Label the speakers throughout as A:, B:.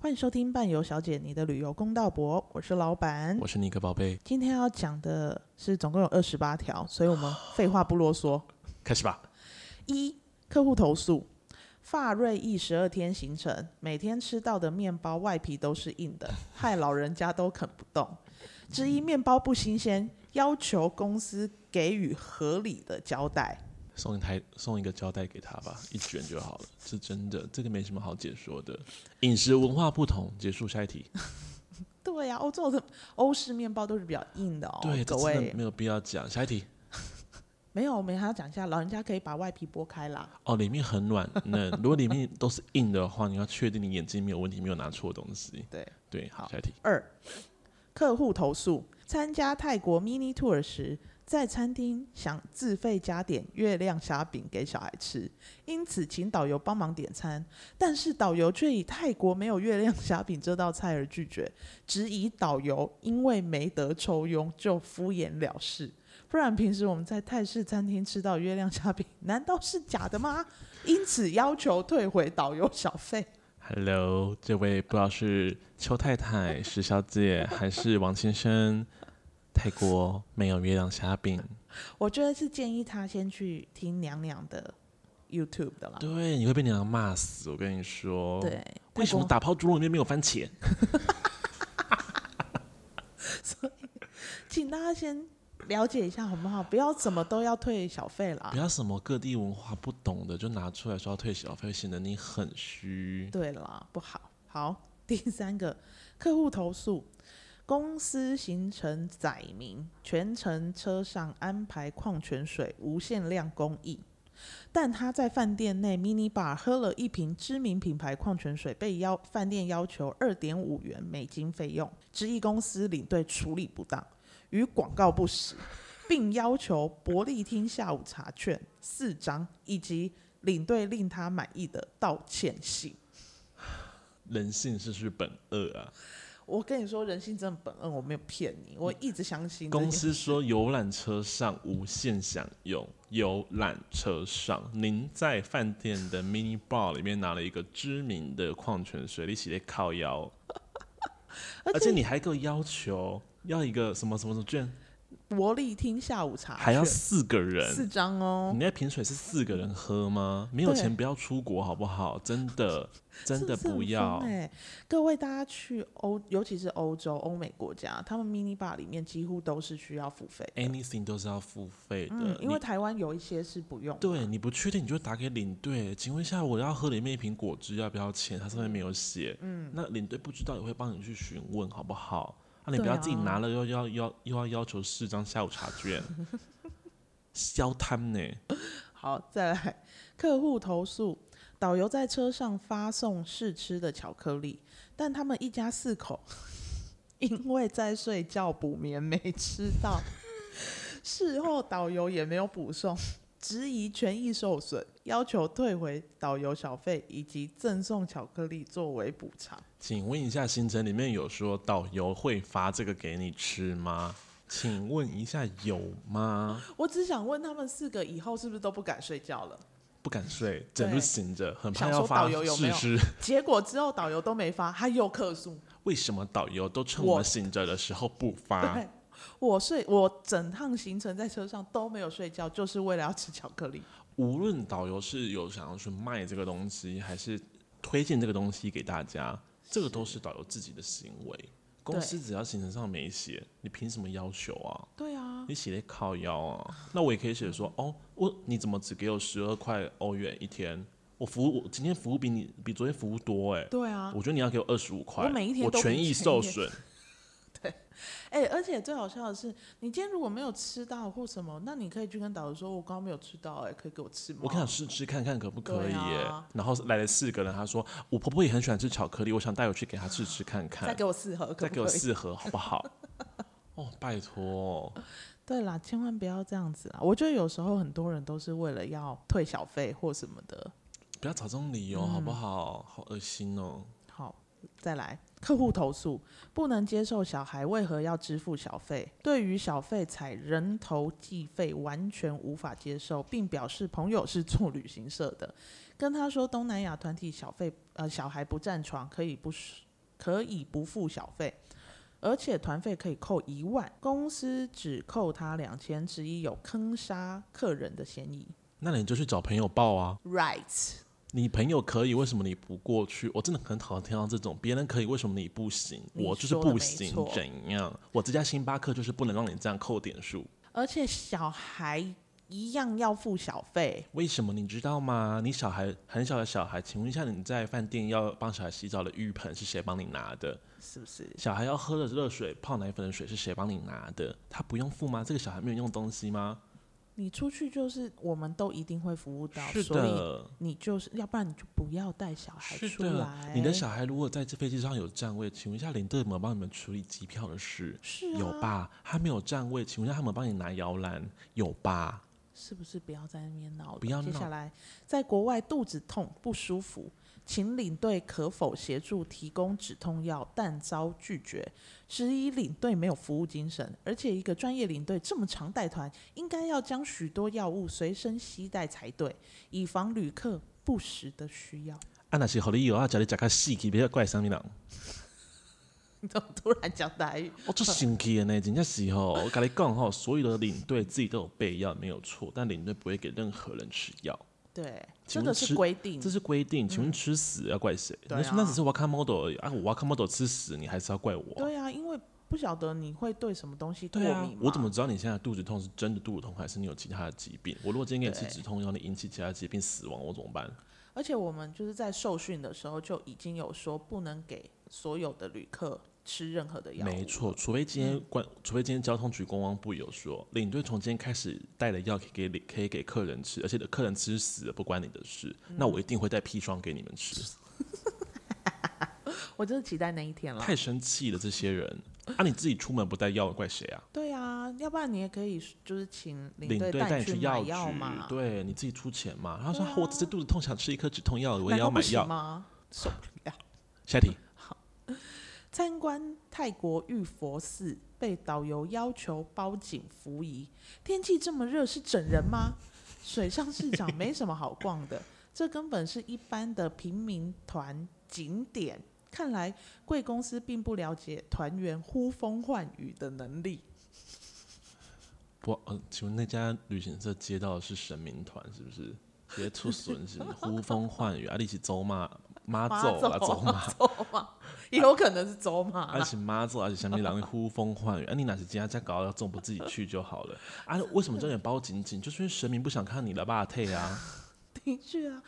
A: 欢迎收听伴游小姐你的旅游公道博，我是老板。
B: 我是尼克宝贝，
A: 今天要讲的是总共有二十八条，所以我们废话不啰 嗦。
B: 开始吧。
A: 一、客户投诉，发瑞意十二天行程，每天吃到的面包外皮都是硬 的，害老人家都啃不动。之一，面包不新鲜，要求公司给予合理的交代。
B: 送一台送一个胶带给他吧，一卷就好了。是真的，这个没什么好解说的。饮食文化不同，结束下一题。
A: 对啊呀、欧洲的欧式面包都是比较硬的哦，
B: 对，这
A: 各
B: 真的
A: 位
B: 没有必要讲。下一题
A: 没有，我们还要讲一下，老人家可以把外皮剥开啦。
B: 哦，里面很软嫩，如果里面都是硬的话，你要确定你眼睛没有问题，没有拿错东西。
A: 对，
B: 对，
A: 好
B: 下一题。
A: 二，客户投诉参加泰国 mini tour 时，在餐厅想自费加点月亮虾饼给小孩吃，因此请导游帮忙点餐，但是导游却以泰国没有月亮虾饼这道菜而拒绝，只以导游因为没得抽佣就敷衍了事。不然平时我们在泰式餐厅吃到月亮虾饼，难道是假的吗？因此要求退回导游小费。
B: Hello，这位不知道是邱太太、石小姐还是王先生。泰国没有月亮虾 饼，
A: 我觉得是建议他先去听娘娘的 YouTube 的啦。
B: 对，你会被娘娘骂死。我跟你说，，
A: 对，
B: 为什么打泡猪肉里面没有番茄？
A: 请大家先了解一下好不好？不要怎么都要退小费啦
B: 不。要什么各地文化不懂的就拿出来说要退小费，显得你很虚。
A: 对啦，不好。好，第三个客户投诉，公司行程载明，全程车上安排矿泉水无限量供应。但他在饭店内 mini bar 喝了一瓶知名品牌矿泉水，被要饭店要求二点五元美金费用，质疑公司领队处理不当，与广告不实，并要求伯利厅下午茶券四张以及领队令他满意的道歉信。
B: 人性是不是本恶啊？
A: 我跟你说，人性真的本恶，我没有骗你，我一直相信这件
B: 公司说游览车上无限享用，游览车上，您在饭店的 mini bar 里面拿了一个知名的矿泉水，你洗的靠腰，
A: 而
B: 而且你还给我要求要一个什么什么什么券，
A: 伯利厅下午茶
B: 还要
A: 券
B: 四个
A: 四
B: 人。
A: 张哦
B: 你。那瓶水是四个人喝吗？没有
A: 对
B: 钱不要出国好不好？真 的，真的
A: 是是很
B: 不要
A: 疯。欸各位，大家去欧，尤其是欧洲、欧美国家，他们 mini bar 里面几乎都是需要付费的。
B: anything 都是要付费的。
A: 嗯，因为
B: 你
A: 台湾有一些是不用的。
B: 对你不确定，你就打给领队，请问一下，我要喝里面一瓶果汁要不要钱？它上面没有写。嗯，那领队不知道也会帮你去询问，好不好？啊，你不
A: 对
B: 要自己
A: 啊
B: 拿了又要要又要要求四张下午茶 券，消摊呢？
A: 好， 再来，客户投诉导游在车上发送试吃的巧克力，但他们一家四口 因为在睡觉补眠没吃到，事后导游也没有补送，质疑权益受损，要求退回导游小费以及赠送巧克力作为补偿。
B: 请问一下，行程里面有说导游会发这个给你吃吗？请问一下，有吗？
A: 我只想问他们四个以后是不是都不敢睡觉了？
B: 不敢睡，整
A: 对
B: 路醒着，很怕
A: 想
B: 要
A: 说
B: 发
A: 导游有没
B: 试
A: 有
B: 吃。
A: 结果之后导游都没发，他又客诉。
B: 为什么导游都趁我
A: 我
B: 们醒着的时候不发？
A: 对，我睡我整趟行程在车上都没有睡觉，就是为了要吃巧克力。
B: 无论导游是有想要去卖这个东西，还是推荐这个东西给大家，这个都是导游自己的行为。公司只要行程上没写，你凭什么要求啊？
A: 对啊，
B: 你写的靠腰啊？那我也可以写说，哦，我你怎么只给我十二块欧元一天？我服务我今天服务比你比昨天服务多哎、
A: 对啊，
B: 我觉得你要给我二十五块，
A: 我每一天
B: 我
A: 都比
B: 权益
A: 前一
B: 受
A: 天
B: 损，
A: 哎、而且最好笑的是，你今天如果没有吃到或什么，那你可以去跟导游说，我刚刚没有吃到、哎，可以给我吃吗？
B: 我看想试吃看看可不可
A: 对
B: 以耶、
A: 啊
B: 然后来了四个人，他说我婆婆也很喜欢吃巧克力，我想带我去给她试吃看看，
A: 再给我四盒，可不可
B: 再
A: 以
B: 给我。四盒好不 好？哦，拜托，
A: 对啦，千万不要这样子啦。我觉得有时候很多人都是为了要退小费或什么的。
B: 不要找这种理
A: 嗯
B: 由好不好？好恶心哦！
A: 好，再来，客户投诉不能接受小孩为何要支付小费，对于小费采人头计费完全无法接受，并表示朋友是做旅行社的，跟他说东南亚团体小费呃小孩不占床，可以不收可以不付小费，而且团费可以扣一万，公司只扣他两千，之一有坑杀客人的嫌疑。
B: 那你就去找朋友报啊。
A: Right，
B: 你朋友可以，为什么你不过去？我真的很讨厌听到这种，别人可以，为什么你不行？
A: 你
B: 我就是
A: 说的
B: 不
A: 没
B: 行
A: 错，
B: 怎样？我这家星巴克就是不能让你这样扣点数。
A: 而且小孩一样要付小费，
B: 为什么你知道吗？你小孩很小的小孩，请问一下，你在饭店要帮小孩洗澡的浴盆是谁帮你拿的？
A: 是不是？
B: 小孩要喝的热水、泡奶粉的水是谁帮你拿的？他不用付吗？这个小孩没有用东西吗？
A: 你出去就是我们都一定会服务到，
B: 是
A: 所以
B: 的，
A: 你就是，要不然你就不要带小孩
B: 是
A: 出
B: 的
A: 来。。
B: 你的小孩如果在这飞机上有站位，请问一下，领队有没有帮你们处理机票的事？
A: 是、啊、
B: 有？吧？他没有站位，请问一下，他们帮你拿摇篮有吧？
A: 是不是不要在那边闹了？
B: 不要
A: 接下
B: 闹
A: 来，在国外肚子痛不舒服，请领队可否协助提供止痛药，但遭拒绝，质疑领队没有服务精神，而且一个专业领队这么长带团，应该要将许多药物随身携带才对，以防旅客不时的需要。
B: 啊，那是好理由啊，叫你讲较细气，不要怪上面人。
A: 你怎么突然讲台语？
B: 我就生气的呢，真正是吼，我跟你讲吼，所有的领队自己都有备药没有错，但领队不会给任何人吃药，
A: 对，这
B: 请
A: 个
B: 问
A: 是
B: 吃
A: 规定
B: 这。是规定。请问吃屎要怪谁？
A: 嗯对啊
B: 你说那只是 waka model 而已啊，我 waka model 吃屎，你还是要怪我？
A: 对啊，因为不晓得你会对什么东西过
B: 对
A: 敏
B: 啊
A: 嘛，
B: 我怎么知道你现在肚子痛是真的肚子痛，还是你有其他的疾病？我如果今天给你吃止痛药，你引起其他疾病死亡，我怎么办？
A: 而且我们就是在受训的时候就已经有说，不能给所有的旅客吃任何的药物。
B: 没错，，除非今
A: 嗯
B: 天关，除非今天交通局观光部有说，领队从今天开始带的药可以给领可以给客人吃，而且客人吃死了不关你的事，
A: 嗯
B: 那我一定会带砒霜给你们吃。
A: 我真的期待那一天了。
B: 太生气了，这些人啊！你自己出门不带药，怪谁啊？
A: 对啊，要不然你也可以就是请领
B: 领队带
A: 带
B: 你
A: 去
B: 去
A: 买
B: 局
A: 药嘛，，
B: 对，你自己出钱嘛。他说、
A: 对啊
B: 我只是肚子痛，想吃一颗止痛药，我也
A: 难道
B: 要
A: 不
B: 买
A: 行
B: 药。
A: 吗？哎受不了。
B: 下一题，
A: 参观泰国玉佛寺，被导游要求包紧服仪。天气这么热，是整人吗？水上市场没什么好逛的，这根本是一般的平民团景点。看来贵公司并不了解团员呼风唤雨的能力。
B: 不，呃，请问那家旅行社接到的是神明团是不是？直接 出损是不是呼风唤雨啊！你是走马妈
A: 妈
B: 走啦，
A: 祖
B: 走 马
A: 走嘛，也有可能是走马
B: 而
A: 啦。
B: 且妈祖，而且下面两位呼风唤雨，啊，你哪是今天在搞，要总不自己去就好了啊？为什么叫你包紧紧？就是因为神明不想看你的吧退啊！
A: 的确啊，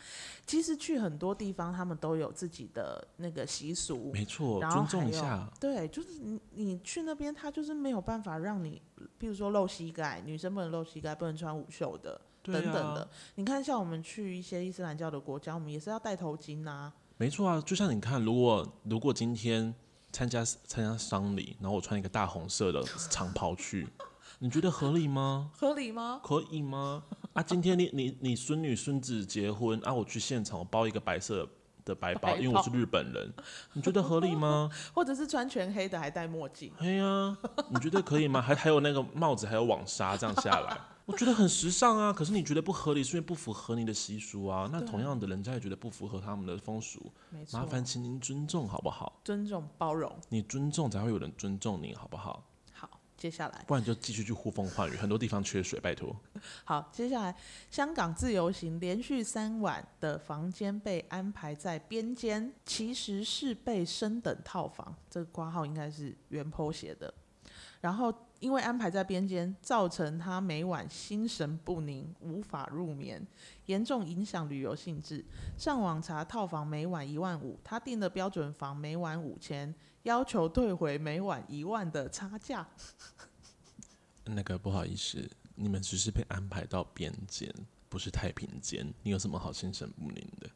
A: 其实去很多地方，他们都有自己的那个习俗。
B: 没错，
A: 然后
B: 尊
A: 还
B: 重一
A: 有
B: 下。
A: 对，就是你你去那边，他就是没有办法让你，比如说露膝盖，女生不能露膝盖，不能穿无袖的、
B: 对
A: 等
B: 啊
A: 等的。你看，像我们去一些伊斯兰教的国家，我们也是要戴头巾呐、
B: 没错啊，就像你看，如果如果今天参加参加丧礼，然后我穿一个大红色的长 袍去，你觉得合理吗？
A: 合理吗？
B: 可以吗？啊，今天你你你孙女孙子结婚啊，我去现场我包一个白色的白包，
A: 白
B: 因为我
A: 包
B: 是日本人，你觉得合 理吗？
A: 或者是穿全黑的还戴墨镜？
B: 哎呀，你觉得可以吗？还还有那个帽子，还有网纱这样下来，我觉得很时尚啊。可是你觉得不合理，是因为不符合你的习俗啊。那
A: 对
B: 同样的，人家也觉得不符合他们的风俗。
A: 没错，
B: 麻烦请您尊重好不好？
A: 尊重包容。
B: 你尊重才会有人尊重你，好不好？
A: 好，接下来。
B: 不然你就继续去呼风唤雨，很多地方缺水，拜托。
A: 好，接下来香港自由行连续三晚的房间被安排在边间，其实是被升等套房，这个挂号应该是原 po 写的。然后因为安排在边间，造成他每晚心神不宁，无法入眠，严重影响旅游兴致。上网查套房每晚一万五，他订的标准房每晚五千，要求退回每晚一万的差价。
B: 那个不好意思，你们只是被安排到边间，不是太平间。你有什么好心神不宁的？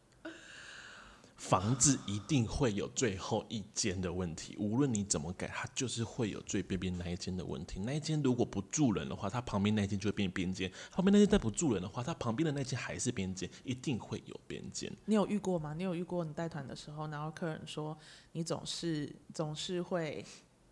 B: 房子一定会有最后一间的问题，无论你怎么改，它就是会有最边边那一间的问题。那一间如果不住人的话，它旁边那一间就会变边间；旁边那间再不住人的话，它旁边的那间还是边间，一定会有边间。
A: 你有遇过吗？你有遇过你带团的时候，然后客人说你总是总是会，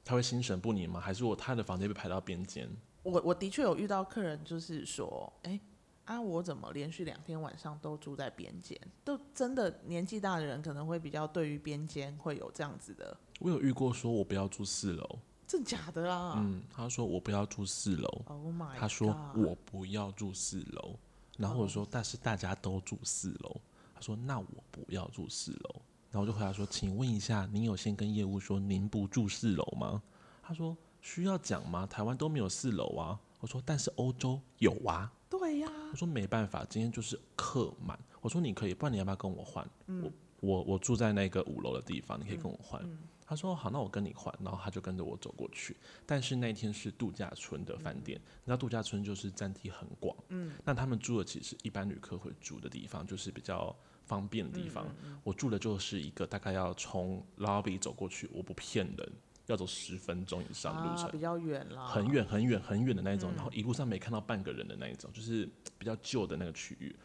B: 他会心神不宁吗？还是我他的房间被排到边间？
A: 我我的确有遇到客人就是说，哎、啊，我怎么连续两天晚上都住在边间？都真的年纪大的人可能会比较对于边间会有这样子的，
B: 我有遇过说我不要住四楼，
A: 真假的啊、
B: 嗯，他说我不要住四楼，
A: o h，Oh my，
B: 他说
A: God 哦
B: 我不要住四楼，然后我说但是大家都住四楼，他说那我不要住四楼，然后我就回答说，请问一下，您有先跟业务说您不住四楼吗？他说需要讲吗？台湾都没有四楼啊。我说但是欧洲有啊。
A: 对呀、
B: 我说没办法，今天就是客满。我说你可以，不然你要不要跟我换？我我我住在那个五楼的地方，你可以跟我换。他说好，那我跟你换，然后他就跟着我走过去。但是那天是度假村的饭店，你知道度假村就是占地很广，嗯，那他们住的其实一般旅客会住的地方，就是比较方便的地方。
A: 嗯
B: 我住的就是一个大概要从 lobby 走过去，我不骗人，要走十分钟以上路程，
A: 啊，比较远啦，
B: 很远很远很远的那一种，然后一路上没看到半个人的那一种，就是比较旧的那个区域。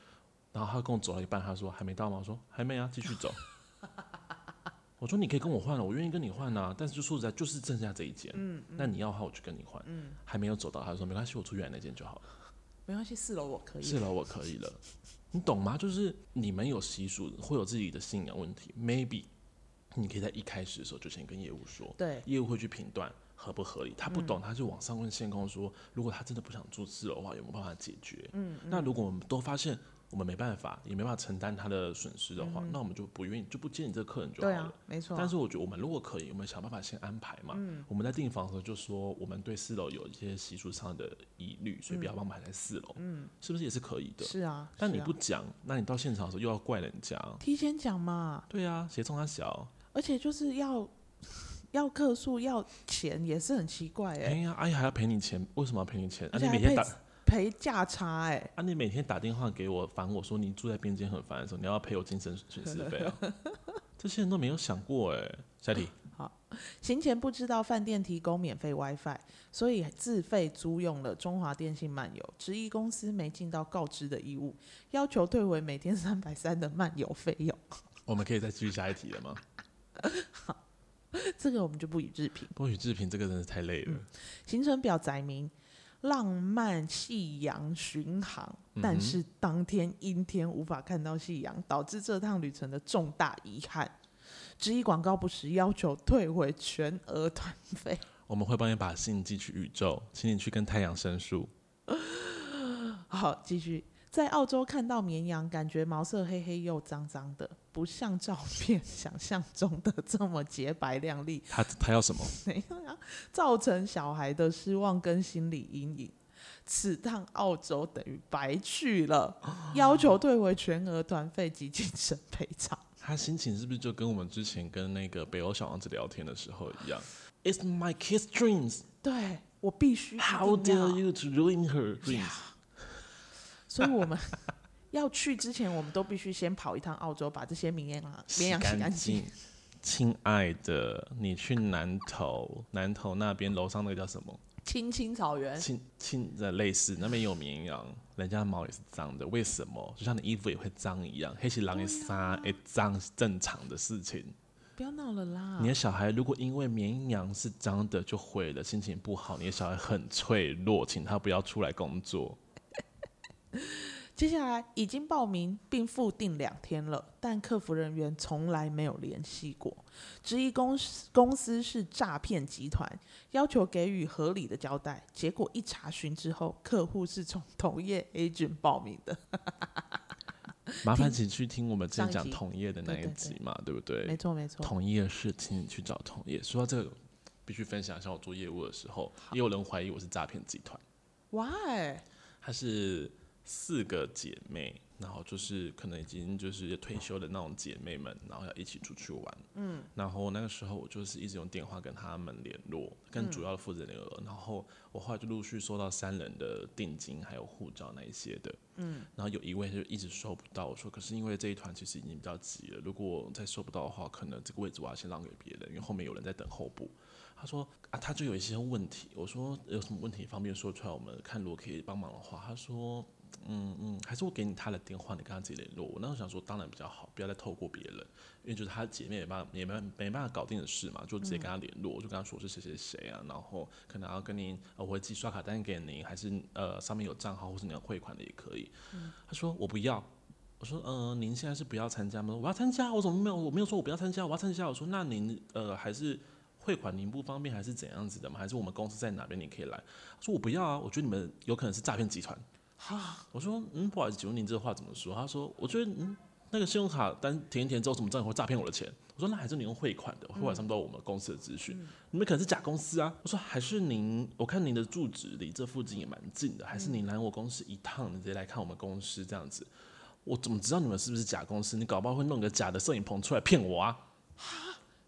B: 然后他跟我走到一半，他说还没到吗？我说还没啊，继续走。 我说你可以跟我换了，我愿意跟你换啊，但是就说实在，就是剩下这一间。嗯，那你要的话，我去跟你换。嗯，还没有走到，他说没关系，我出原来那间就好了。
A: 没关系，四楼我可以
B: 是。了，我可以了。你懂吗？就是你们有习俗，会有自己的信仰问题。Maybe 你可以在一开始的时候就先跟业务说，
A: 对
B: 业务会去评断合不合理。他
A: 嗯
B: 不懂，他就往上问线控说，如果他真的不想住四楼的话，有没有办法解决？嗯，那如果我们都发现我们没办法，也没办法承担他的损失的话，那我们就不愿意，就不接你这个客人就好
A: 嗯对
B: 了。
A: 啊，没错啊。
B: 但是我觉得我们如果可以，我们想办法先安排嘛。
A: 嗯
B: 我们在订房的时候就说我们对四楼有一些习俗上的疑虑，所以不要帮我们排在四楼。是不是也是可以的？
A: 嗯是啊，
B: 但
A: 是
B: 你
A: 啊
B: 不讲，那你到现场的时候又要怪人家。
A: 提前讲嘛，
B: 对啊，谁冲他小？
A: 而且就是要要客诉要钱也是很奇怪哎、
B: 哎呀，阿姨还要赔你钱，为什么要赔你钱？啊，
A: 而
B: 你
A: 且
B: 每
A: 还
B: 天
A: 配
B: 打，
A: 赔价差哎、
B: 啊，你每天打电话给我烦我说你住在边间很烦的时候，你要赔我精神损失费啊？ 这些人都没有想过哎、下一题，
A: 行前不知道饭店提供免费 WiFi，所以自费租用了中华电信漫游，质疑公司没尽到告知的义务，要求退回每天三百三的漫游费用。
B: 我们可以再继续下一题了吗？
A: 这个我们就不予置评。
B: 多许志平这个真是太累了。
A: 嗯行程表载明浪漫夕阳巡航，但是当天阴天无法看到夕阳，导致这趟旅程的重大遗憾。质疑广告不实，要求退回全额团费。
B: 我们会帮你把信寄去宇宙，请你去跟太阳申诉。
A: 好，继续。在澳洲看到绵羊，感觉毛色黑黑又脏脏的，不像照片 想象中的这么洁白亮丽，
B: 他他要什么？
A: 啊 造成小孩的失望跟心理阴影。此趟澳洲等于白去了，要求退回全额团费及精神赔偿。
B: 他心情是不是就跟我们之前跟那个北欧小王子聊天的时候一样？It's my kid's dreams.
A: 对我必须一定
B: How
A: 要
B: dare you to ruin her dreams?
A: 所以我们 要去之前，我们都必须先跑一趟澳洲，把这些绵羊啊 绵羊洗干净。。
B: 亲爱的，你去南头，南头那边楼上那个叫什么？
A: 青青草原，
B: 亲亲的类似，那边有绵羊，人家毛也是脏的，为什么？就像你衣服也会脏一样，黑起狼也杀也脏是正常的事情。
A: 不要闹了啦！
B: 你的小孩如果因为绵羊是脏的就毁了，心情不好，你的小孩很脆弱，请他不要出来工 作。
A: 接下来已经报名并付定两天了，但客服人员从来没有联系过，质疑公司公司是诈骗集团，要求给予合理的交代。结果一查询之后，客户是从同业 agent 报名的，
B: 麻烦请去听我们之前
A: 上一
B: 讲
A: 集
B: 同业的那一
A: 对对
B: 集嘛，对
A: 没
B: 不对？
A: 错没错，
B: 同业的事，请你去找同业。说到这个，必须分享一下我做业务的时候，也有人怀疑我是诈骗集团。
A: Why？
B: 她是四个姐妹，然后就是可能已经就是退休的那种姐妹们，然后要一起出去玩。嗯，然后那个时候我就是一直用电话跟她们联络，跟主要的负责人联络。然后我后来就陆续收到三人的定金，还有护照那一些的。嗯，然后有一位就一直收不到，我说可是因为这一团其实已经比较急了，如果再收不到的话，可能这个位置我要先让给别人，因为后面有人在等候补。他说啊，他就有一些问题。我说有什么问题方便说出来，我们看如果可以帮忙的话。他说嗯嗯，还是我给你她的电话，你跟她直接联络。我那时候想说，当然比较好，不要再透过别人，因为就是她姐妹也办也没没办法搞定的事嘛，就直接跟她联络，我就跟她说是谁谁谁啊，然后可能要跟您，呃我会寄刷卡单给您，还是呃上面有账号或是你要汇款的也可以。她说我不要。我说，嗯、呃，您现在是不要参加吗？我要参加，我怎么没有？我没有说我不要参加，我要参加。我说，那您呃还是汇款您不方便，还是怎样子的吗？还是我们公司在哪边你可以来？她说我不要啊，我觉得你们有可能是诈骗集团。我说，嗯，不好意思，请问您这话怎么说？他说，我觉得，嗯，那个信用卡单填一填之后，怎么知道你会诈骗我的钱？我说，那还是你用汇款
A: 嗯
B: 的，汇款上面都有我们公司的资讯，你们可能是假公司啊。我说，还是您，我看您的住址离这附近也蛮近
A: 嗯
B: 的，还是您来我公司一趟，你直接来看我们公司这样子。我怎么知道你们是不是假公司？你搞不好会弄个假的摄影棚出来骗我啊！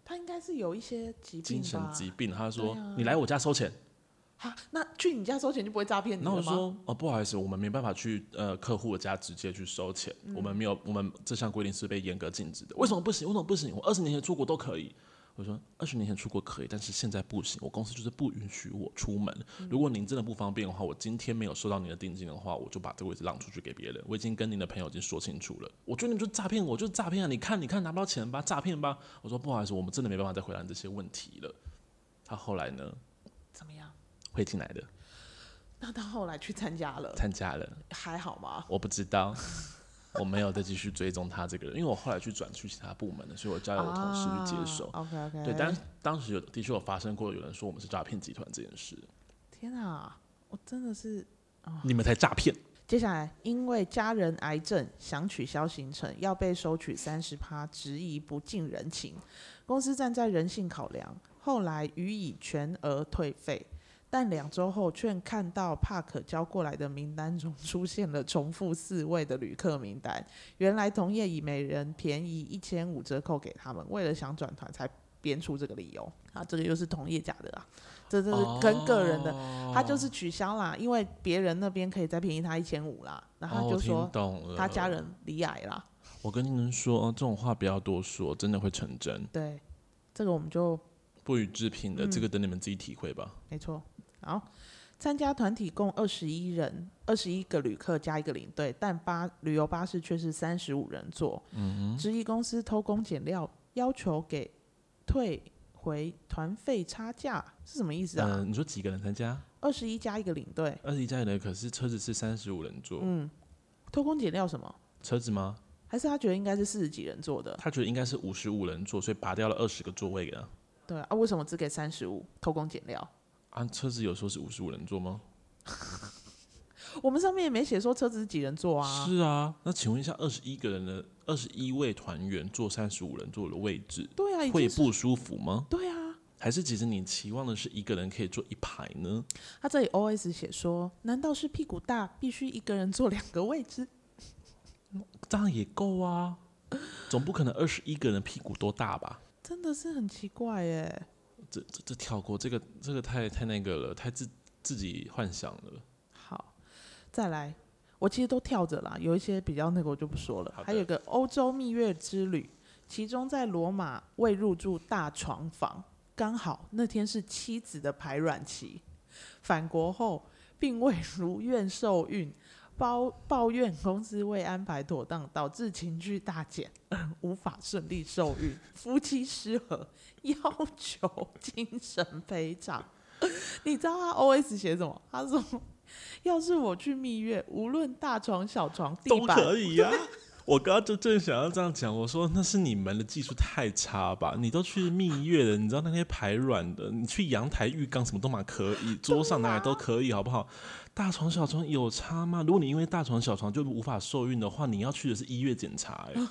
A: 他应该是有一些疾病
B: 精神
A: 吧？
B: 疾病。他说：“
A: 对啊
B: 你来我家收钱。”
A: 哈，那去你家收钱就不会诈骗你
B: 然后
A: 了
B: 我
A: 吗？
B: 说哦，不好意思，我们没办法去呃客户的家直接去收钱，
A: 嗯
B: 我们没有，我们这项规定是被严格禁止的。为什么不行？为什么不行？我二十年前出国都可以。我说二十年前出国可以，但是现在不行，我公司就是不允许我出门。
A: 嗯
B: 如果您真的不方便的话，我今天没有收到您的定金的话，我就把这个位置让出去给别人。我已经跟您的朋友已经说清楚了，我觉得你们就诈骗我，就诈骗啊！你看，你看拿不到钱吧，诈骗吧。我说不好意思，我们真的没办法再回答你这些问题了。他后来呢，
A: 怎么样？
B: 会进来的，
A: 那他后来去参加了，
B: 参加了。
A: 还好吗？
B: 我不知道， 我没有再继续追踪他这个人，因为我后来去转去其他部门了，所以我交由我同事去接手。
A: 啊、OK OK。
B: 对，但当时有的确有发生过有人说我们是诈骗集团这件事，
A: 天啊，我真的是。
B: 你们才诈骗。
A: 接下来，因为家人癌症想取消行程，要被收取三十趴，质疑不近人情。公司站在人性考量，后来予以全额退费。但两周后，却看到帕克交过来的名单中出现了重复四位的旅客名单。原来同业以每人便宜一千五折扣给他们，为了想转团才编出这个理由。啊，这个又是同业假的啊，哦这这是跟个人的。
B: 哦
A: 他就是取消啦，因为别人那边可以再便宜他一千五啦，然后他
B: 哦
A: 就
B: 我听
A: 说
B: 懂了
A: 他家。人离癌啦，
B: 我跟你们说，哦这种话不要多说，真的会成真，
A: 对，这个我们就
B: 不予置评的。
A: 嗯
B: 这个等你们自己体会吧。
A: 没错。好，参加团体共二十一人，二十一个旅客加一个领队，但巴旅游巴士却是三十五人座。嗯质疑公司偷工减料，要求给退回团费差价是什么意思
B: 嗯、
A: 啊？
B: 你说几个人参加？
A: 二十一加一个领队，
B: 二十一家人，可是车子是三十五人坐，
A: 嗯，偷工减料什么？
B: 车子吗？
A: 还是他觉得应该是四十几人坐的？
B: 他觉得应该是五十五人坐，所以拔掉了二十个座位给他。
A: 对啊，为什么只给三十五？偷工减料。
B: 啊，车子有时候是五十五人坐吗？
A: 我们上面也没写说车子是几人座啊。
B: 是啊，那请问一下，二十一个人的二十一位团员坐三十五人座的位置，
A: 对啊，已
B: 会
A: 经是
B: 不舒服吗？
A: 对啊。
B: 还是其实你期望的是一个人可以坐一排呢？
A: 他这里 O S 写说，难道是屁股大必须一个人坐两个位置？
B: 这样也够啊，总不可能二十一个人屁股多大吧？
A: 真的是很奇怪耶。
B: 这这这跳过这个这个太太那个了，太自自己幻想了。
A: 好，再来，我其实都跳着啦，有一些比较那个我就不说了
B: 好。的
A: 还有一个欧洲蜜月之旅，其中在罗马未入住大床房，刚好那天是妻子的排卵期，返国后并未如愿受孕，抱抱怨公司未安排妥当，导致情绪大减， 而无法顺利受孕，夫妻失和，要求精神赔偿。 你知道他 OS 写什么？他说：“要是我去蜜月，无论大床小床，地
B: 都
A: 板
B: 可以呀、 我刚刚就正想要这样讲，我说那是你们的技术太差吧？你都去蜜月了，你知道那些排卵的，你去阳台、浴缸什么都嘛可以，桌上哪里都可以，好不好？大床小床有差吗？如果你因为大床小床就无法受孕的话，你要去的是医院检查、哎，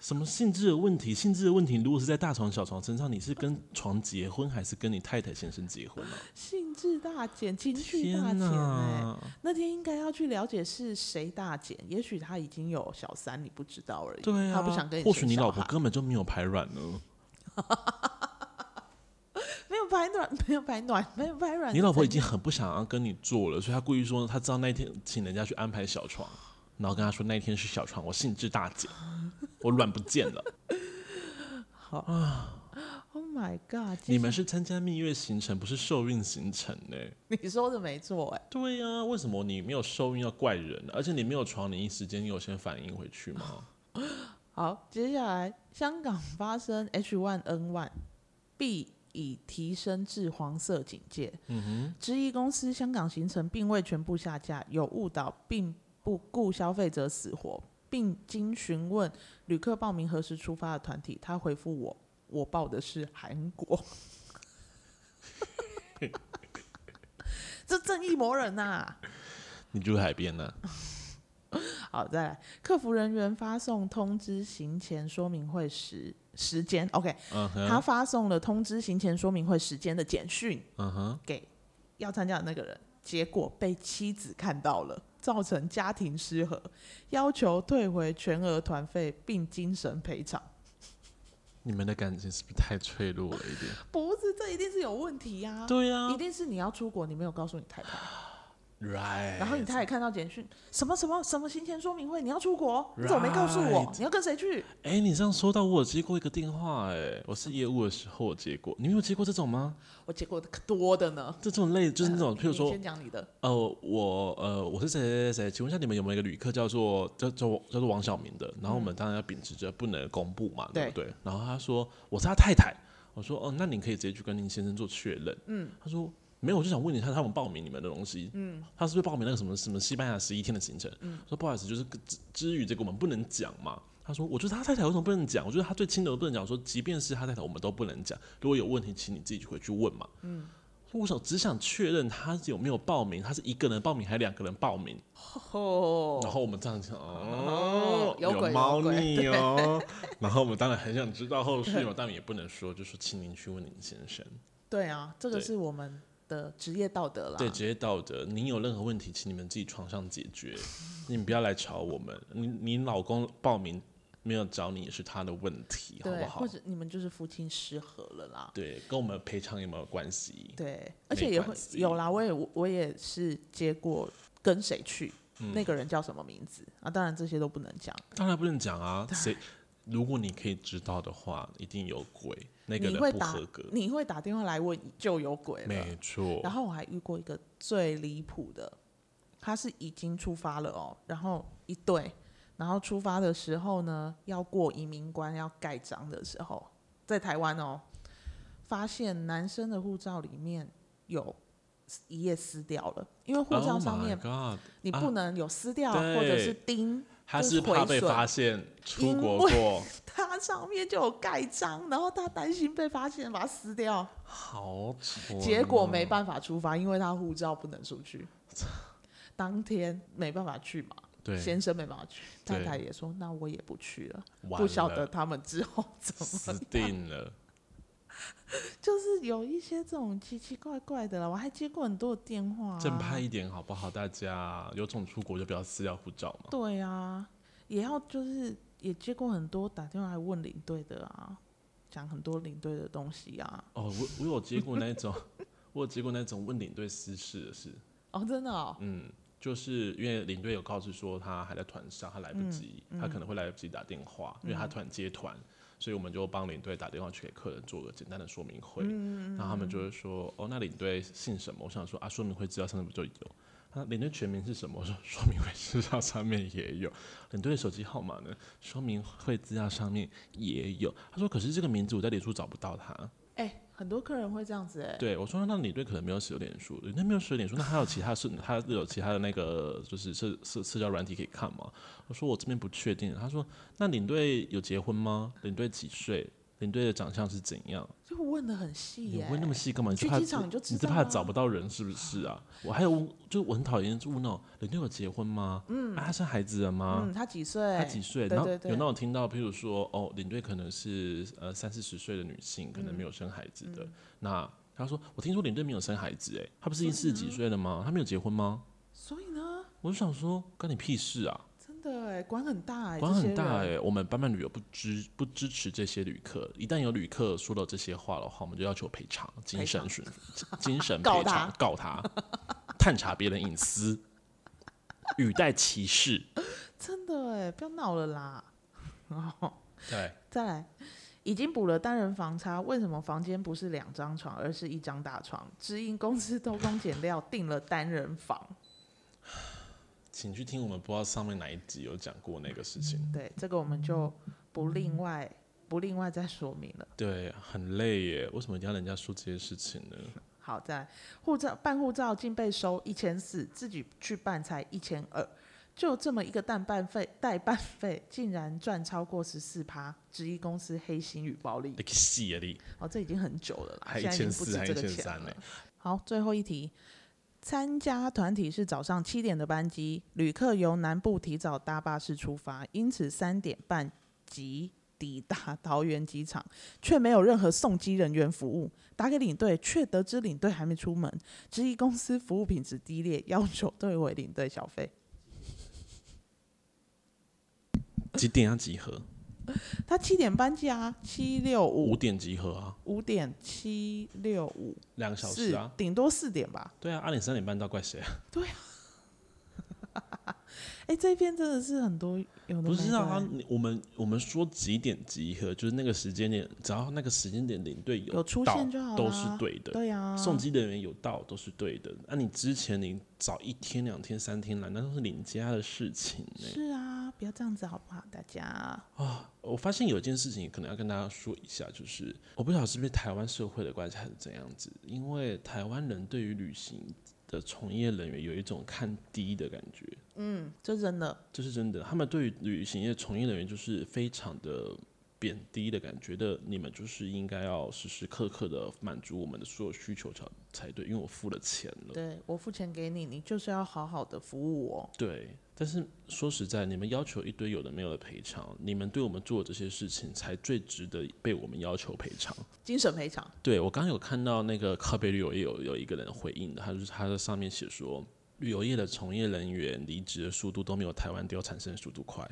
B: 什么性质的问题？性质的问题，如果是在大床小床身上，你是跟床结婚，还是跟你太太先生结婚啊？
A: 兴致大减，情绪大
B: 天
A: 减哎、
B: 哪！
A: 那天应该要去了解是谁大减，也许他已经有小三，你不知道而已。
B: 对啊，
A: 他不想跟你
B: 或
A: 生
B: 许你
A: 小
B: 老婆
A: 孩
B: 根本就没有排卵呢。
A: 没有排卵， 没有排卵，没有排卵。
B: 你老婆已经很不想要跟你做了，所以她故意说她知道那一天请人家去安排小床，然后跟她说那一天是小床，
A: 啊
B: 我兴致大减，我卵不见了。
A: 好。Oh my god！
B: 你们是参加蜜月行程，不是受孕行程呢、
A: 你说的没错哎、
B: 对呀、为什么你没有受孕要怪人？而且你没有床，你一时间有先反应回去
A: 啊
B: 吗？
A: 好，接下来香港发生 H1N1，必已提升至黄色警戒。
B: 嗯
A: 之一公司香港行程并未全部下架，有误导并不顾消费者死活，并经询问旅客报名何时出发的团体，他回复我，我报的是韩国。 这正义魔人呐、啊
B: 哼，你住海边呢、
A: 好，再来，客服人员发送通知行前说明会时时间，OK，、
B: 嗯
A: 他
B: 哼，
A: 发送了通知行前说明会时间的简讯
B: 嗯哼，
A: 给要参加的那个人，结果被妻子看到了，造成家庭失和，要求退回全额团费并精神赔偿。
B: 你们的感情是不是太脆弱了一点？
A: 不是，这一定是有问题呀、
B: 对啊呀、
A: 啊一定是你要出国，你没有告诉你太太，
B: r i g h t
A: 然后你太太看到简讯，什么什么什么行前说明会，你要出国，你怎么没告诉我
B: Right？
A: 你要跟谁去？
B: 哎、你这样说到，我有接过一个电话、哎，我是业务的时候我接过，你们有接过这种吗？
A: 我结果可多的呢。
B: 这种类就是那种，譬如
A: 你
B: 说，
A: 先讲你的，
B: 呃，我呃，我是谁谁谁谁，请问一下你们有没有一个旅客叫做叫叫叫做王小明的？然后我们当然要秉持着不能公布嘛，嗯对不对？然后他说我是他太太，我说哦、那你可以直接去跟林先生做确认。嗯，他说没有，我就想问一下他们报名你们的东西，嗯，他是不是报名那个什么什么西班牙十一天的行程？嗯，说不好意思，就是之之于这个我们不能讲嘛。他说：“我觉得他太太为什么不能讲？我觉得他最亲的我不能讲。我说即便是他太太，我们都不能讲。如果有问题，请你自己回去问嘛。”我想只想确认他有没有报名，他是一个人报名还是两个人报名？然
A: 哦，
B: 后我们这样想，
A: 哦
B: 哦，
A: 有鬼有
B: 猫
A: 鬼
B: 腻哦。 然后我们当然很想知道后续嘛，但也不能说，就说请您去问您先 生。
A: 对啊，这个
B: 对
A: 是我们的职业道德啦。
B: 对，职业道德，您有任何问题，请你们自己床上解决，你们不要来吵我们。你你老公报名没有找你也是他的问题，好
A: 对，或
B: 不好？
A: 者你们就是夫妻失和了啦。
B: 对，跟我们赔偿有没有关系？
A: 对，而且也会
B: 关系
A: 有啦，我也我也是接过跟谁去，
B: 嗯
A: 那个人叫什么名字啊？当然这些都不能讲。
B: 当然不能讲啊，谁？如果你可以知道的话，一定有鬼，那个
A: 你会
B: 人不
A: 打
B: 合格。
A: 你会打电话来问就有鬼了。
B: 没错
A: 然，后我还遇过一个最离谱的，他是已经出发了哦，然后一对，然后出发的时候呢，要过移民关要盖章的时候，在台湾哦，发现男生的护照里面有一页撕掉了，因为护照上面
B: Oh my God，
A: 你不能有撕掉、
B: 啊
A: 或者是钉，
B: 他
A: 就是
B: 怕
A: 毁
B: 被
A: 损
B: 发现出
A: 因
B: 国
A: 为
B: 过，
A: 它上面就有盖章，然后他担心被发现，把它撕掉，
B: 好哦丑。
A: 结果没办法出发，因为他护照不能出去，当天没办法去嘛。
B: 对，
A: 先生没办法去，
B: 对
A: 太太也说那我也不去了，
B: 完
A: 不晓
B: 了
A: 得他们之后怎
B: 死
A: 么，
B: 定了。
A: 就是有一些这种奇奇怪怪的了。我还接过很多的电话、啊，
B: 正派一点好不好？大家有种出国就不要撕掉护照嘛。
A: 对啊，也要就是也接过很多打电话来问领队的啊，讲很多领队的东西啊。
B: 哦，我我有接过那 一种，我有接过那种问领队私事的事，
A: 哦，真的哦，
B: 嗯，就是因为领队有告知说他还在团上，他来不及，他可能会来不及打电话，因为他突然接团，所以我们就帮领队打电话去给客人做个简单的说明会。然后他们就会说：“哦，那领队姓什么？”我想说啊，说明会资料上面不就有？那领队全名是什么？我说说明会资料上面也有。 领队的手机号码呢？说明会资料上面也有。他说：“可是这个名字我在脸书找不到他。”
A: 哎、很多客人会这样子哎、
B: 对，我说那领队可能没有使用脸书，领队没有使用脸书， 那还有其他是他有其他的那个就是社社社交软体可以看吗？我说我这边不确定。他说那领队有结婚吗？领队几岁？领队的长相是怎样？
A: 就问的很细
B: 你
A: 耶、
B: 问那么细干嘛？你是
A: 去
B: 怕
A: 机场你就知
B: 你是
A: 道
B: 怕
A: 啊
B: 找不到人是不是啊？我还有问，就我很讨厌就问那种领队有结婚吗？嗯，啊，他生孩子了吗？
A: 嗯，他几岁？
B: 她几岁？
A: 对
B: 然后
A: 对
B: 有
A: 对
B: 那种听到，譬如说，哦，领队可能是呃三四十岁的女性，可能
A: 嗯
B: 没有生孩子的。那她说，我听说领队没有生孩子、欸，哎，她不是已经四十几岁了吗？她没有结婚吗？
A: 所以呢，
B: 我就想说，关你屁事啊！
A: 真的哎、管很大哎、
B: 管
A: 这些
B: 很大哎、
A: 人
B: 我们班办旅游不支不支持这些旅客，一旦有旅客说了这些话的话，我们就要求赔偿、精神损、精神
A: 告
B: 赔偿、告他， 探查别人隐私，语带歧视。
A: 欸 真的哎、不要闹了啦。
B: 对，
A: 再来，已经补了单人房差，为什么房间不是两张床，而是一张大床？只因公司偷工减料订了单人 房。
B: 请去听我们不知道上面哪一集有讲过那个事情。
A: 对，这个我们就不另外不另外再说明了。
B: 对，很累耶，为什么一定要人家说这些事情呢？
A: 好，再来护照办护照竟被收一千四，自己去办才一千二，就这么一个代办费，代办费竟然赚超过十四趴，质疑公司黑心与暴力
B: 你。个戏啊你！
A: 哦，这已经很久了啦，
B: 还
A: 现在已经
B: 1400
A: 不止这个
B: 还
A: 钱
B: 1300
A: 了
B: 嘞。
A: 好，最后一题，参加团体是早上七点的班机，旅客由南部提早搭巴士出发，因此三点半即抵达桃园机场，却没有任何送机人员服务。打给领队，却得知领队还没出门，质疑公司服务品质低劣，要求退回领队小费。
B: 几点要集合？
A: 他七点班机啊，七六
B: 五
A: 五
B: 点集合啊，
A: 五点七六五
B: 两个小时
A: 四
B: 啊，。
A: 顶多四点吧。
B: 对啊，阿、啊、你三点半到，怪谁啊？
A: 哎、这边真的是很多有的
B: 不
A: 没
B: 是
A: 的
B: 啊，
A: 欸
B: 你我们我们说几点集合，就是那个时间点，只要那个时间点领队
A: 有出
B: 到
A: 现就好
B: 都是
A: 啦
B: 对的。
A: 对啊，
B: 送机人员有到都是对的，那、你之前你早一天、两天、三天来，那都是领家的事情呢、
A: 是啊，不要这样子好不好？大家
B: 我发现有一件事情可能要跟大家说一下，就是我不晓得是不是台湾社会的关系还是怎样子，因为台湾人对于旅行的从业人员有一种看低的感觉，
A: 嗯，这真的
B: 这是真的。他们对于旅行业从业人员就是非常的贬低的感觉，觉得你们就是应该要时时刻刻的满足我们的所有需求才才对，因为我付了钱了。
A: 对我付钱给你，你就是要好好的服务我。
B: 对，但是说实在，你们要求一堆有的没有的赔偿，你们对我们做的这些事情才最值得被我们要求赔偿。
A: 精神赔偿，
B: 对我刚刚有看到那个靠背旅游业有有一个人回应的，他就是他在上面写说，旅游业的从业人员离职的速度都没有台湾丢产生的速度快。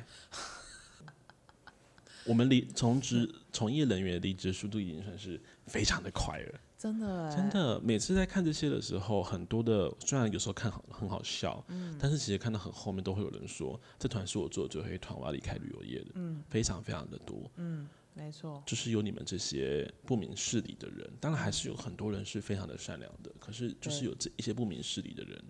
B: 我们离从职从业人员离职的速度已经算是非常的快了，
A: 真的哎、
B: 真的。每次在看这些的时候，很多的虽然有时候看好很好笑，但是其实看到很后面都会有人说，这团是我做的最后一团，我要离开旅游业的，非常非常的多。
A: 没错，
B: 就是有你们这些不明事理的人，当然还是有很多人是非常的善良的，可是就是
A: 对
B: 有这一些不明事理的人，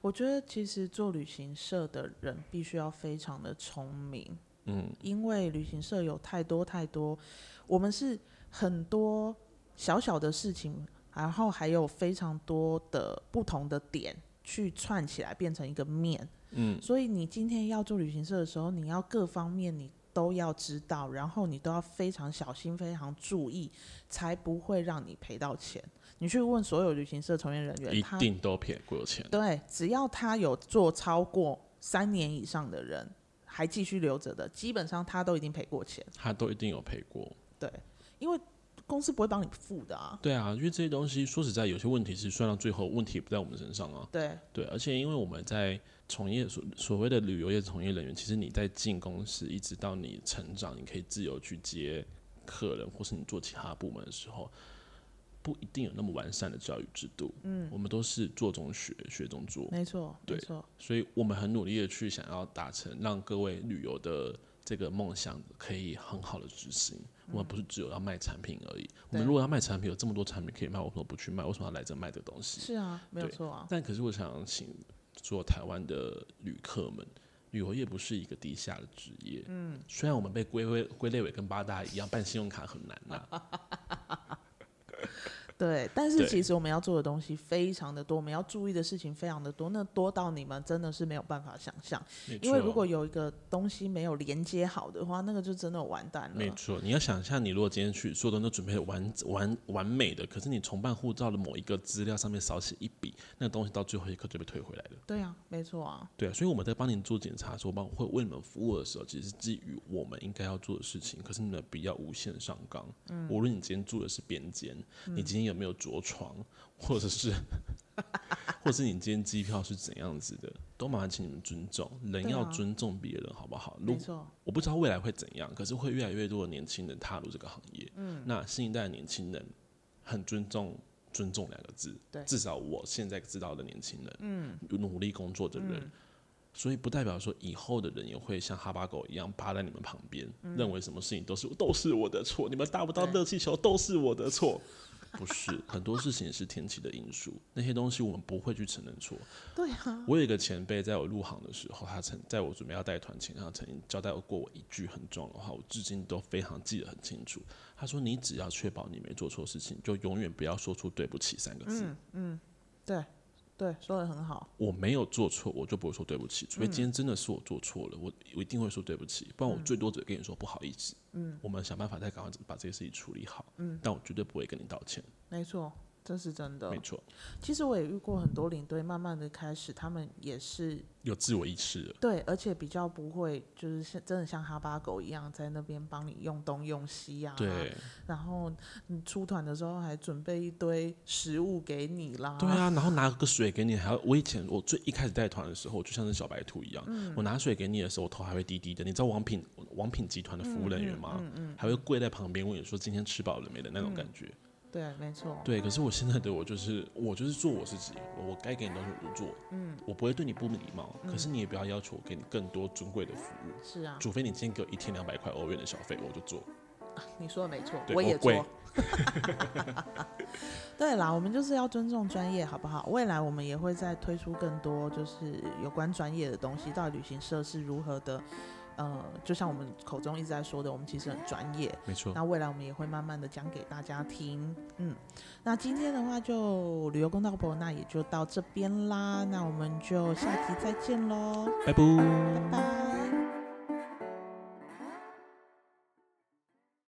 A: 我觉得其实做旅行社的人必须要非常的聪明，
B: 嗯，
A: 因为旅行社有太多太多，我们是很多小小的事情，然后还有非常多的不同的点去串起来变成一个面。
B: 嗯，
A: 所以你今天要做旅行社的时候，你要各方面你都要知道，然后你都要非常小心、非常注意，才不会让你赔到钱。你去问所有旅行社从业人员，
B: 一
A: 他
B: 定都骗过钱。
A: 对，只要他有做超过三年以上的人还继续留着的，基本上他都已经赔过钱，
B: 他都一定有赔过，
A: 对，因为公司不会帮你付的啊。
B: 对啊，因为这些东西说实在，有些问题是算到最后，问题也不在我们身上啊。
A: 对，
B: 对，而且因为我们在从业所所谓的旅游业从业人员，其实你在进公司一直到你成长，你可以自由去接客人，或是你做其他部门的时候，不一定有那么完善的教育制度。嗯，我们都是做中学，学中做，
A: 没错，没
B: 对
A: 错，
B: 所以我们很努力的去想要达成让各位旅游的这个梦想可以很好的执行。我们不是只有要卖产品而已，我们如果要卖产品，有这么多产品可以卖，为什么不去卖？为什么要来这卖这东西？
A: 是啊，没有
B: 对
A: 错啊。
B: 但可是我想请做台湾的旅客们，旅游业不是一个低下的职业。嗯，虽然我们被归为归类为跟八大一样办信用卡很难啊呐、
A: 对，但是
B: 对
A: 其实我们要做的东西非常的多，我们要注意的事情非常的多，那多到你们真的是没有办法想象。
B: 没
A: 因为
B: 错
A: 如果有一个东西没有连接好的话，那个就真的完蛋
B: 没
A: 了。
B: 错，你要想象你如果今天去，所有人都准备完完完美的，可是你重办护照的某一个资料上面少写一笔，那东西到最后一刻就被退回来了。
A: 对啊，没错啊，
B: 对啊，所以我们在帮你做检查的时候，帮会为你们服务的时候，其实是基于我们应该要做的事情。可是你们不要无限上纲，
A: 嗯
B: 无论你今天住的是边间，你今天有没有着床，或 者是，或是你今天机票是怎样子的，都麻烦请你们尊重，人
A: 对
B: 要
A: 啊
B: 尊重别人，好不好？如
A: 没错，
B: 我不知道未来会怎样，可是会越来越多的年轻人踏入这个行业。嗯，那新一代的年轻人很尊重“尊重”两个字，
A: 对
B: 至少我现在知道的年轻人，嗯，努力工作的人，所以不代表说以后的人也会像哈巴狗一样趴在你们旁边，认为什么事情都是都是我的错，你们打不到
A: 嗯对
B: 热气球都是我 的错。不是，很多事情是天气的因素，那些东西我们不会去承认错。
A: 对啊，
B: 我有一个前辈，在我入行的时候，他曾在我准备要带团前，他曾经交代过我一句很重要的话，我至今都非常记得很清楚。他说：“你只要确保你没做错事情，就永远不要说出对不起三个字。
A: 对对，说的很好，
B: 我没有做错，我就不会说对不起，除非今天真的是我做错了，我我一定会说对不起，不然我最多只会跟你说不好意思。嗯，我们想办法再赶快把这个事情处理好。嗯，但我绝对不会跟你道歉。
A: 没错，这是真的
B: 没。错，
A: 其实我也遇过很多领队，慢慢的开始，他们也是
B: 有自我意识了。
A: 对，而且比较不会，就是像真的像哈巴狗一样，在那边帮你用东用西啊。
B: 对，
A: 然后你出团的时候还准备一堆食物给你啦。
B: 对啊，然后拿个水给你，还要我以前我最一开始带团的时候，就像是小白兔一样，我拿水给你的时候，我头还会低低的。你知道王品王品集团的服务人员吗？还会跪在旁边问你说今天吃饱了没的那种感觉。
A: 对，没错。
B: 对，可是我现在的我就是我就是做我自己，我我该给你的东西我就做，嗯，我不会对你不礼貌，可是你也不要要求我给你更多尊贵的服务，
A: 是啊，
B: 除非你今天给我一天两百块欧元的小费，我就做。
A: 你说的没错，
B: 对
A: 我
B: 我
A: 也
B: 跪
A: 做。对啦，我们就是要尊重专业，好不好？未来我们也会再推出更多就是有关专业的东西，到底旅行社是如何的，呃，就像我们口中一直在说的，我们其实很专业。
B: 没错，
A: 那未来我们也会慢慢的讲给大家听，嗯，那今天的话就旅游公道博，那也就到这边啦，那我们就下集再见喽，
B: 拜拜。
A: 拜拜。